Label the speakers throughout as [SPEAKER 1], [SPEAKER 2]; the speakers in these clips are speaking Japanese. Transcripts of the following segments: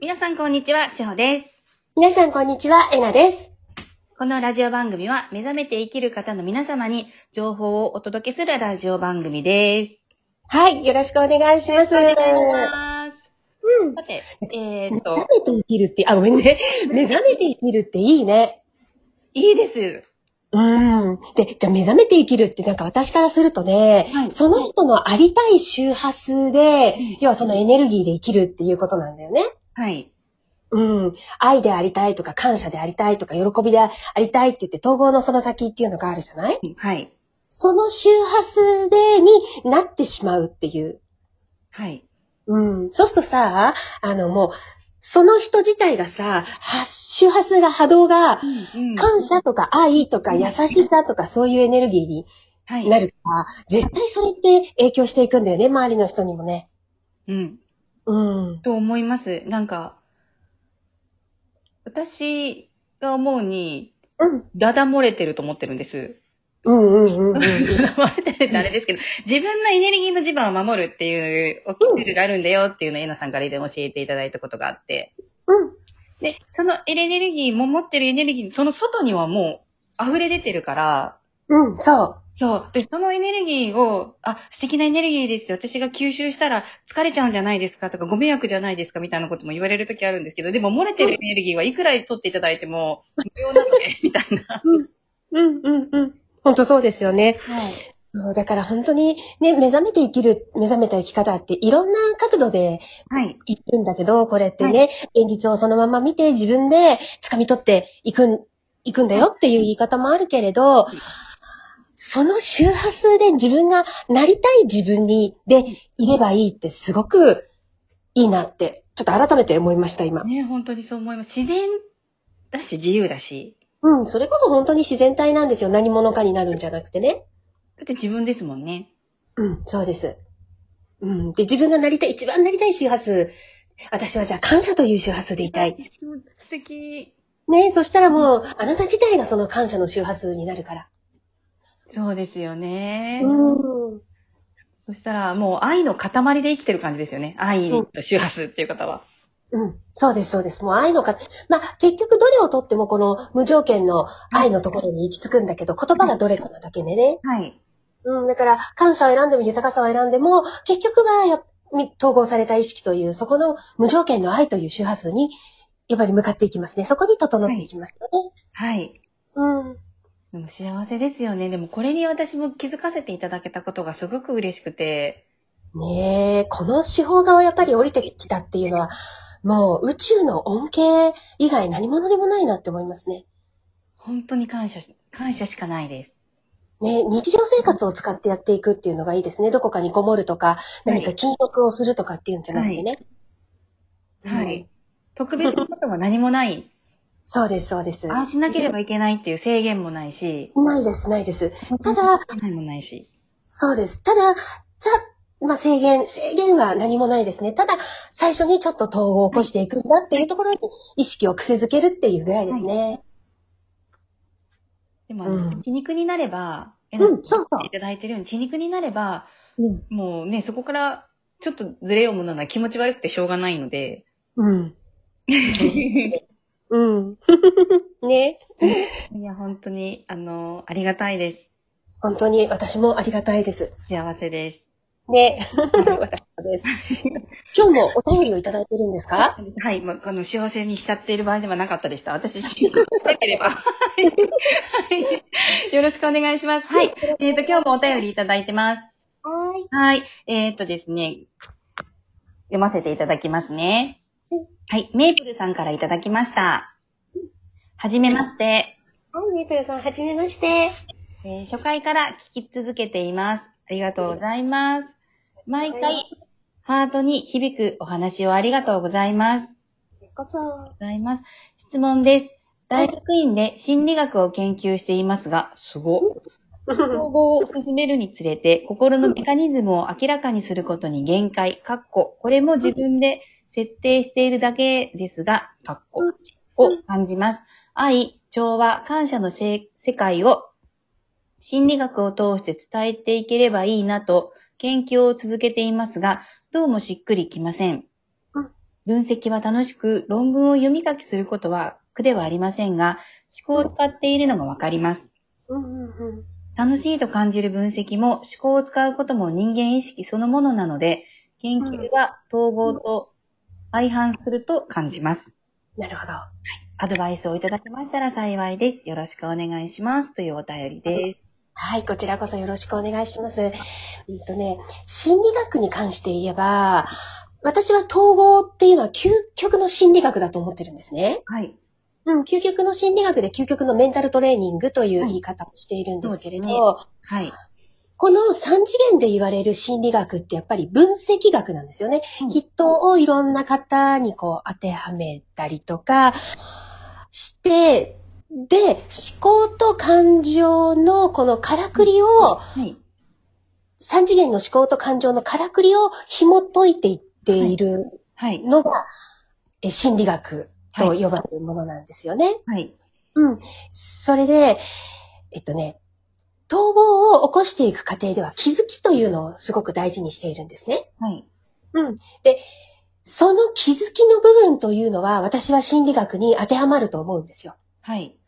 [SPEAKER 1] 皆さんこんにちは、しほです。
[SPEAKER 2] 皆さん、こんにちは。えなです。
[SPEAKER 1] このラジオ番組は目覚めて生きる方の皆様に情報をお届けするラジオ番組です。
[SPEAKER 2] はい。よろしくお願いします。
[SPEAKER 1] お願いします。
[SPEAKER 2] うん。
[SPEAKER 1] さて、えー、
[SPEAKER 2] 目
[SPEAKER 1] っと
[SPEAKER 2] 覚、めて生きるって、あ、ごめん ね。目覚めて生きるっていいね。
[SPEAKER 1] いいです。
[SPEAKER 2] うん。で、じゃあ目覚めて生きるってなんか私からするとね、
[SPEAKER 1] はい
[SPEAKER 2] その人のありたい周波数で
[SPEAKER 1] ん、
[SPEAKER 2] 要はそのエネルギーで生きるっていうことなんだよね。
[SPEAKER 1] はい。
[SPEAKER 2] うん。愛でありたいとか、感謝でありたいとか、喜びでありたいって言って、統合のその先っていうのがあるじゃない
[SPEAKER 1] はい。
[SPEAKER 2] その周波数で、になってしまうっていう。
[SPEAKER 1] はい。
[SPEAKER 2] うん。そうするとさ、あのもう、その人自体がさ、発周波数が波動が、
[SPEAKER 1] うん
[SPEAKER 2] 感謝とか愛とか優しさとかそういうエネルギー
[SPEAKER 1] は
[SPEAKER 2] になるから、絶対それって影響していくんだよね、周りの人にもね。
[SPEAKER 1] うん。
[SPEAKER 2] うん。
[SPEAKER 1] と思います。なんか、私が思うに、
[SPEAKER 2] うん。
[SPEAKER 1] ダダ漏れてると思ってるんです。
[SPEAKER 2] うんうんう んうん。
[SPEAKER 1] 守れてるってあれですけど、自分のエネルギーの地盤を守るっていう、おきルがあるんだよっていうのをエナさんから以前教えていただいたことがあって。
[SPEAKER 2] うん。
[SPEAKER 1] で、そのエネルギーも持ってるエネルギー、その外にはもう溢れ出てるから、
[SPEAKER 2] うん、そう。
[SPEAKER 1] そう。で、そのエネルギーを、あ、素敵なエネルギーですって私が吸収したら疲れちゃうんじゃないですかとか、ご迷惑じゃないですかみたいなことも言われるときあるんですけど、でも漏れてるエネルギーはいくら取っていただいても、無用なので、みたいな。
[SPEAKER 2] うんうんうん。本当そうですよね。
[SPEAKER 1] はい。
[SPEAKER 2] そうだから本当にね、目覚めて生きる、目覚めた生き方っていろんな角度で
[SPEAKER 1] はい。
[SPEAKER 2] いるんだけど、これってね、現実をそのまま見て自分で掴み取っていくん、いくんだよっていう言い方もあるけれど
[SPEAKER 1] い、
[SPEAKER 2] その周波数で自分がなりたい自分に、で、いればいいってすごくいいなって、ちょっと改めて思いました、今。
[SPEAKER 1] ね、本当にそう思います。自然だし、自由だし。
[SPEAKER 2] うん、それこそ本当に自然体なんですよ。何者かになるんじゃなくてね。
[SPEAKER 1] だって自分ですもんね。
[SPEAKER 2] うん、そうです。うん、で、自分がなりたい、一番なりたい周波数、私はじゃあ感謝という周波数でいたい。
[SPEAKER 1] 素敵。
[SPEAKER 2] ねえ、そしたらもう、あなた自体がその感謝の周波数になるから。
[SPEAKER 1] そうですよね。
[SPEAKER 2] うん。
[SPEAKER 1] そしたら、もう愛の塊で生きてる感じですよね。愛と周波数っていう方は。
[SPEAKER 2] うん。そうです、そうです。もう愛のか、まあ、結局どれをとってもこの無条件の愛のところに行き着くんだけど、言葉がどれかなだけでね。
[SPEAKER 1] はい。
[SPEAKER 2] うん。だから、感謝を選んでも豊かさを選んでも、結局はやっみ統合された意識という、そこの無条件の愛という周波数に、やっぱり向かっていきますね。そこに整っていきますよね。
[SPEAKER 1] はい。
[SPEAKER 2] うん。
[SPEAKER 1] でも幸せですよね。でもこれに私も気づかせていただけたことがすごく嬉しくて。
[SPEAKER 2] ねえ、この手法がやっぱり降りてきたっていうのは、もう宇宙の恩恵以外何者でもないなって思いますね。
[SPEAKER 1] 本当に感謝し、感謝しかないです。
[SPEAKER 2] ねえ日常生活を使ってやっていくっていうのがいいですね。どこかにこもるとか、何か禁欲をするとかっていうんじゃなくてね。うん。。
[SPEAKER 1] 特別なことも何もない。
[SPEAKER 2] そうです、 そうです。
[SPEAKER 1] ああしなければいけないっていう制限もないし。
[SPEAKER 2] ないです、ないです。ただ、
[SPEAKER 1] ないもないし。
[SPEAKER 2] そうです。ただ、た、まあ、制限、制限は何もないですね。ただ、最初にちょっと統合を起こしていくんだっていうところに意識を癖づけるっていうぐらいですね。
[SPEAKER 1] でもあの、
[SPEAKER 2] うん
[SPEAKER 1] 血肉になれば、え
[SPEAKER 2] うんそうそう
[SPEAKER 1] いただいてるように血肉になれば、
[SPEAKER 2] うん。
[SPEAKER 1] もうね、そこからちょっとずれようものなら気持ち悪くてしょうがないので。
[SPEAKER 2] うん。
[SPEAKER 1] い
[SPEAKER 2] うん。 ね。
[SPEAKER 1] や、本当に、あの、ありがたいです。
[SPEAKER 2] 本当に私もありがたいです。
[SPEAKER 1] 幸せです。
[SPEAKER 2] ね。私もです。今日もお便りをいただいてるんですか
[SPEAKER 1] はい、まあの、幸せに浸っている場合ではなかったでした。私、幸せなけれ ば。はいよろしくお願いします。はい。えっ、と、今日もお便りいただいてます。
[SPEAKER 2] はい。
[SPEAKER 1] はい。えー、っとですね。読ませていただきますね
[SPEAKER 2] うん。
[SPEAKER 1] はい。メイプルさんからいただきました。はじめまして、
[SPEAKER 2] はい、ネプルさん、はじめまして。
[SPEAKER 1] えー初回から聞き続けています。ありがとうございます。毎回、ハートに響くお話をありがとうございます。
[SPEAKER 2] こ そ。
[SPEAKER 1] ございます。質問です。大学院で心理学を研究していますが、すごっ。統合を進めるにつれて、心のメカニズムを明らかにすることに限界、かっこ、これも自分で設定しているだけですが、かっこ、を感じます。愛、調和、感謝のせ世界を、心理学を通して伝えていければいいなと、研究を続けていますが、どうもしっくりきません
[SPEAKER 2] うん。
[SPEAKER 1] 分析は楽しく、論文を読み書きすることは苦ではありませんが、思考を使っているのがわかります。
[SPEAKER 2] うんうんうん。
[SPEAKER 1] 楽しいと感じる分析も思考を使うことも人間意識そのものなので、研究は統合と相反すると感じます。
[SPEAKER 2] なるほど。
[SPEAKER 1] アドバイスをいただけましたら幸いです。よろしくお願いします。というお便りです。
[SPEAKER 2] はい、こちらこそよろしくお願いします。うんとね、心理学に関して言えば、私は統合っていうのは究極の心理学だと思ってるんですね。
[SPEAKER 1] はい。
[SPEAKER 2] うん、究極の心理学で究極のメンタルトレーニングという言い方をしているんですけれど、
[SPEAKER 1] ははい。
[SPEAKER 2] この三次元で言われる心理学ってやっぱり分析学なんですよね。
[SPEAKER 1] うん
[SPEAKER 2] 人をいろんな方にこう当てはめたりとかして、で、思考と感情のこのからくりを、
[SPEAKER 1] はい。
[SPEAKER 2] 三次元の思考と感情のからくりを紐解いていっている
[SPEAKER 1] はい。
[SPEAKER 2] のが、え心理学と
[SPEAKER 1] はい
[SPEAKER 2] 呼ばれるものなんですよね。
[SPEAKER 1] はい。
[SPEAKER 2] うん。それで、えっとね、統合を起こしていく過程では気づきというのをすごく大事にしているんですね。
[SPEAKER 1] はい。
[SPEAKER 2] うん。で、その気づきの部分というのは私は心理学に当てはまると思うんですよ。
[SPEAKER 1] はい。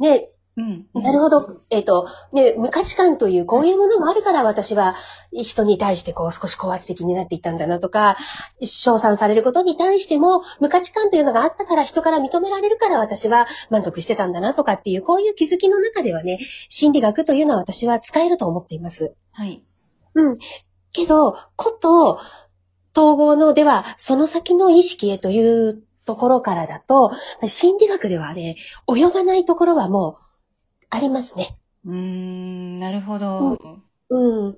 [SPEAKER 2] ね、
[SPEAKER 1] うん。
[SPEAKER 2] なるほど。えっと、ね、無価値観というこういうものがあるから私は人に対してこう少し高圧的になっていったんだなとか、称賛されることに対しても無価値観というのがあったから人から認められるから私は満足してたんだなとかっていうこういう気づきの中ではね、心理学というのは私は使えると思っています。
[SPEAKER 1] はい。
[SPEAKER 2] けど、こと、統合のではその先の意識へというところからだと、心理学ではね、及ばないところはもうありますね。
[SPEAKER 1] うーん、なるほど。
[SPEAKER 2] うん。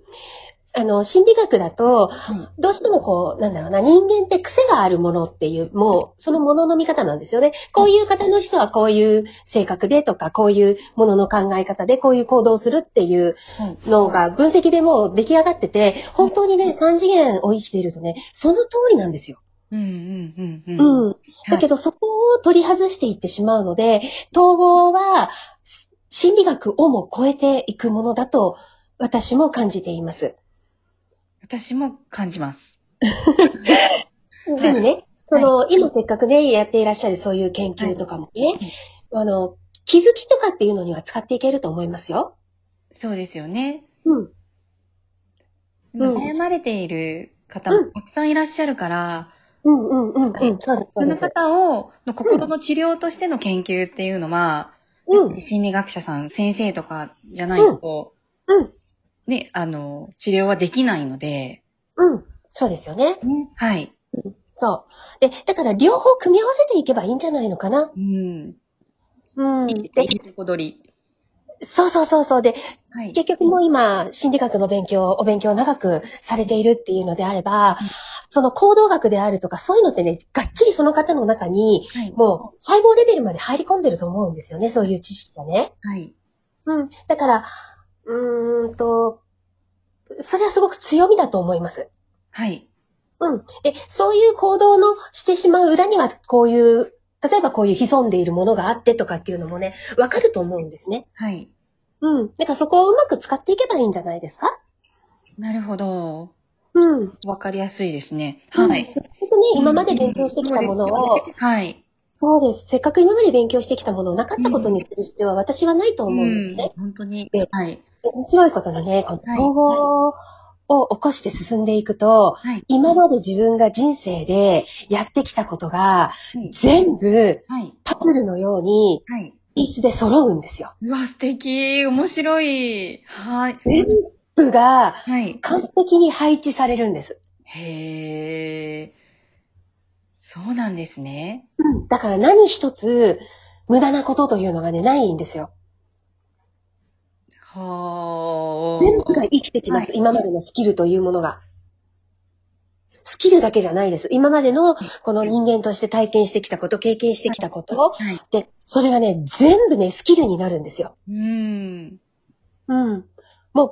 [SPEAKER 2] あの、心理学だと、
[SPEAKER 1] は
[SPEAKER 2] どうしてもこう、なんだろうな、人間って癖があるものっていう、もう、そのものの見方なんですよね。こういう方の人はこういう性格でとか、こういうものの考え方で、こういう行動をするっていう
[SPEAKER 1] はい
[SPEAKER 2] のが、分析でもう出来上がってて、本当にね、三次元を生きているとね、その通りなんですよ。
[SPEAKER 1] うん、うん、うん、うん。
[SPEAKER 2] うん。だけど、そこを取り外していってしまうので、統合は、し心理学をも超えていくものだと、私も感じています。
[SPEAKER 1] 私も感じます。
[SPEAKER 2] でもね、その、今せっかくね、やっていらっしゃるそういう研究とかもね、あの、気づきとかっていうのには使っていけると思いますよ。
[SPEAKER 1] そうですよね。
[SPEAKER 2] うん。うん
[SPEAKER 1] 悩まれている方もたくさんいらっしゃるから、
[SPEAKER 2] うんうんうんうん。そうです。そ
[SPEAKER 1] そう
[SPEAKER 2] で
[SPEAKER 1] の
[SPEAKER 2] す。
[SPEAKER 1] 方を、の心の治療としての研究っていうのは、
[SPEAKER 2] うん。
[SPEAKER 1] 心理学者さん、先生とかじゃないと、
[SPEAKER 2] うん。
[SPEAKER 1] ね、あの、治療はできないので、
[SPEAKER 2] うん。そうですよね。
[SPEAKER 1] はい。
[SPEAKER 2] そう。で、だから両方組み合わせていけばいいんじゃないのかな。
[SPEAKER 1] うん。
[SPEAKER 2] うん。
[SPEAKER 1] いい
[SPEAKER 2] で、
[SPEAKER 1] とこ取り。
[SPEAKER 2] そうそうそうそう。で、
[SPEAKER 1] はい。
[SPEAKER 2] 結局もう今、心理学の勉強、お勉強を長くされているっていうのであれば
[SPEAKER 1] うん、
[SPEAKER 2] その行動学であるとか、そういうのってね、がっちりその方の中に、
[SPEAKER 1] はい。
[SPEAKER 2] もう細胞レベルまで入り込んでると思うんですよね、そういう知識がね。
[SPEAKER 1] はい。
[SPEAKER 2] うん。だから、うーんと、それはすごく強みだと思います。
[SPEAKER 1] はい。
[SPEAKER 2] うん。で、そういう行動のしてしまう裏には、こういう、例えばこういう潜んでいるものがあってとかっていうのもね、わかると思うんですね。
[SPEAKER 1] はい。
[SPEAKER 2] うん。だからそこをうまく使っていけばいいんじゃないですか
[SPEAKER 1] なるほど。
[SPEAKER 2] うん。
[SPEAKER 1] わかりやすいですね。
[SPEAKER 2] うん
[SPEAKER 1] はい。
[SPEAKER 2] せっかくね、今まで勉強してきたものを、
[SPEAKER 1] はい。
[SPEAKER 2] そうです。せっかく今まで勉強してきたものをなかったことにする必要は私はないと思うんですね。
[SPEAKER 1] うん本当に
[SPEAKER 2] で。
[SPEAKER 1] はい。
[SPEAKER 2] 面白いことにね、この
[SPEAKER 1] はい
[SPEAKER 2] 統合を起こして進んでいくと、
[SPEAKER 1] はい。
[SPEAKER 2] 今まで自分が人生でやってきたことが、全部
[SPEAKER 1] はい。
[SPEAKER 2] パズルのように、
[SPEAKER 1] はい。
[SPEAKER 2] 椅子で揃うんですよ。
[SPEAKER 1] うわ、素敵。面白い。はい。
[SPEAKER 2] 全部が
[SPEAKER 1] はい。
[SPEAKER 2] 完璧に配置されるんです。
[SPEAKER 1] へえ。そうなんですね。
[SPEAKER 2] だから何一つ無駄なことというのがね、ないんですよ。
[SPEAKER 1] はあ。
[SPEAKER 2] 全部が生きてきます。
[SPEAKER 1] はい
[SPEAKER 2] 今までのスキルというものが。スキルだけじゃないです。今までのこの人間として体験してきたこと、経験してきたことを、
[SPEAKER 1] はい。
[SPEAKER 2] で、それがね、全部ね、スキルになるんですよ。
[SPEAKER 1] うん。
[SPEAKER 2] うん。も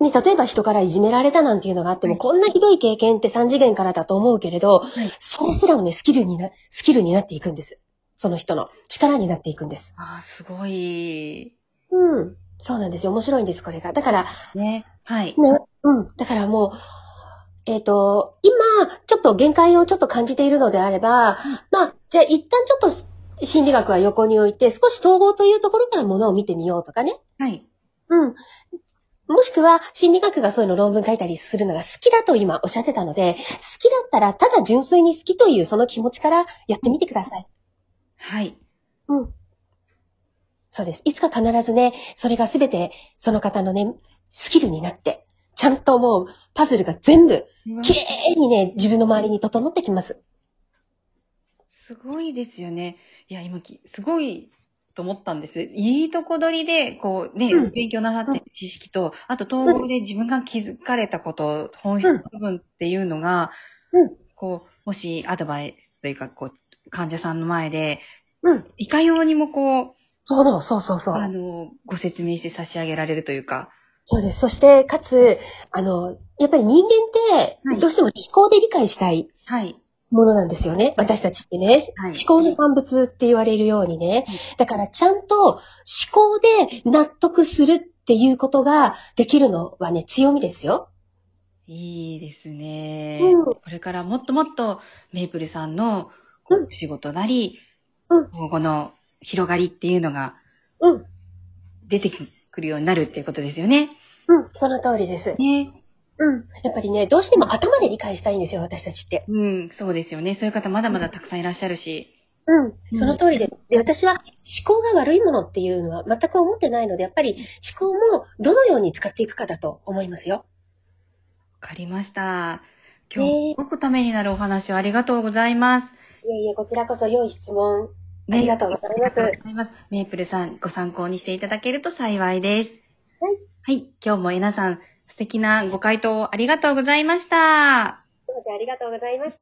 [SPEAKER 2] う、ね、例えば人からいじめられたなんていうのがあっても、
[SPEAKER 1] はい
[SPEAKER 2] こんなひどい経験って3次元からだと思うけれど、
[SPEAKER 1] はい
[SPEAKER 2] それすらもね、スキルにな、スキルになっていくんです。その人の力になっていくんです。
[SPEAKER 1] あー、すごい。
[SPEAKER 2] うん。そうなんですよ。面白いんです、これが。だから、
[SPEAKER 1] ね。はい。
[SPEAKER 2] ね、うん。だからもう、えっ、と、今、ちょっと限界をちょっと感じているのであれば、まあ、じゃあ一旦ちょっと心理学は横に置いて、少し統合というところからものを見てみようとかね。
[SPEAKER 1] はい。
[SPEAKER 2] うん。もしくは、心理学がそういうの論文書いたりするのが好きだと今おっしゃってたので、好きだったら、ただ純粋に好きというその気持ちからやってみてください。
[SPEAKER 1] はい。
[SPEAKER 2] うん。そうです。いつか必ずね、それがすべて、その方のね、スキルになって、ちゃんともう、パズルが全部、綺麗にね、自分の周りに整ってきます。
[SPEAKER 1] すごいですよね。いや、今き、すごいと思ったんです。いいとこ取りで、こうね、
[SPEAKER 2] うん
[SPEAKER 1] 勉強なさってる知識と、あと統合で自分が気づかれたこと、本質の部分っていうのが、
[SPEAKER 2] うん
[SPEAKER 1] こう、もしアドバイスというか、こう、患者さんの前で、
[SPEAKER 2] うん。
[SPEAKER 1] いかようにもこう、
[SPEAKER 2] そうなの、そうそうそう。
[SPEAKER 1] あの、ご説明して差し上げられるというか。
[SPEAKER 2] そうです。そして、かつ、あの、やっぱり人間って
[SPEAKER 1] はい、
[SPEAKER 2] どうしても思考で理解したい
[SPEAKER 1] はい。
[SPEAKER 2] ものなんですよね。私たちってね。
[SPEAKER 1] はい
[SPEAKER 2] 思考の産物って言われるようにね
[SPEAKER 1] はい。
[SPEAKER 2] だから、ちゃんと思考で納得するっていうことができるのはね、強みですよ。
[SPEAKER 1] いいですね。
[SPEAKER 2] うん
[SPEAKER 1] これからもっともっとメイプルさんの
[SPEAKER 2] う
[SPEAKER 1] 仕事なり、
[SPEAKER 2] うん
[SPEAKER 1] 今後の広がりっていうのが
[SPEAKER 2] うん。
[SPEAKER 1] 出てくるようになるっていうことですよね。
[SPEAKER 2] うん。その通りです。
[SPEAKER 1] ね。
[SPEAKER 2] うん。やっぱりね、どうしても頭で理解したいんですよ、私たちって。
[SPEAKER 1] うん、そうですよね。そういう方まだまだたくさんいらっしゃるし。
[SPEAKER 2] うん。その通りで。で私は思考が悪いものっていうのは全く思ってないので、やっぱり思考もどのように使っていくかだと思いますよ。
[SPEAKER 1] わかりました。今日、
[SPEAKER 2] ね
[SPEAKER 1] すごくためになるお話をありがとうございます。
[SPEAKER 2] いえいえ、こちらこそ良い質問。ありがとうございます
[SPEAKER 1] ありがとうございます。メイプルさん、ご参考にしていただけると幸いです。
[SPEAKER 2] はい。
[SPEAKER 1] はい。今日もえなさん、素敵なご回答をありがとうございました。
[SPEAKER 2] ともちゃんありがとうございました。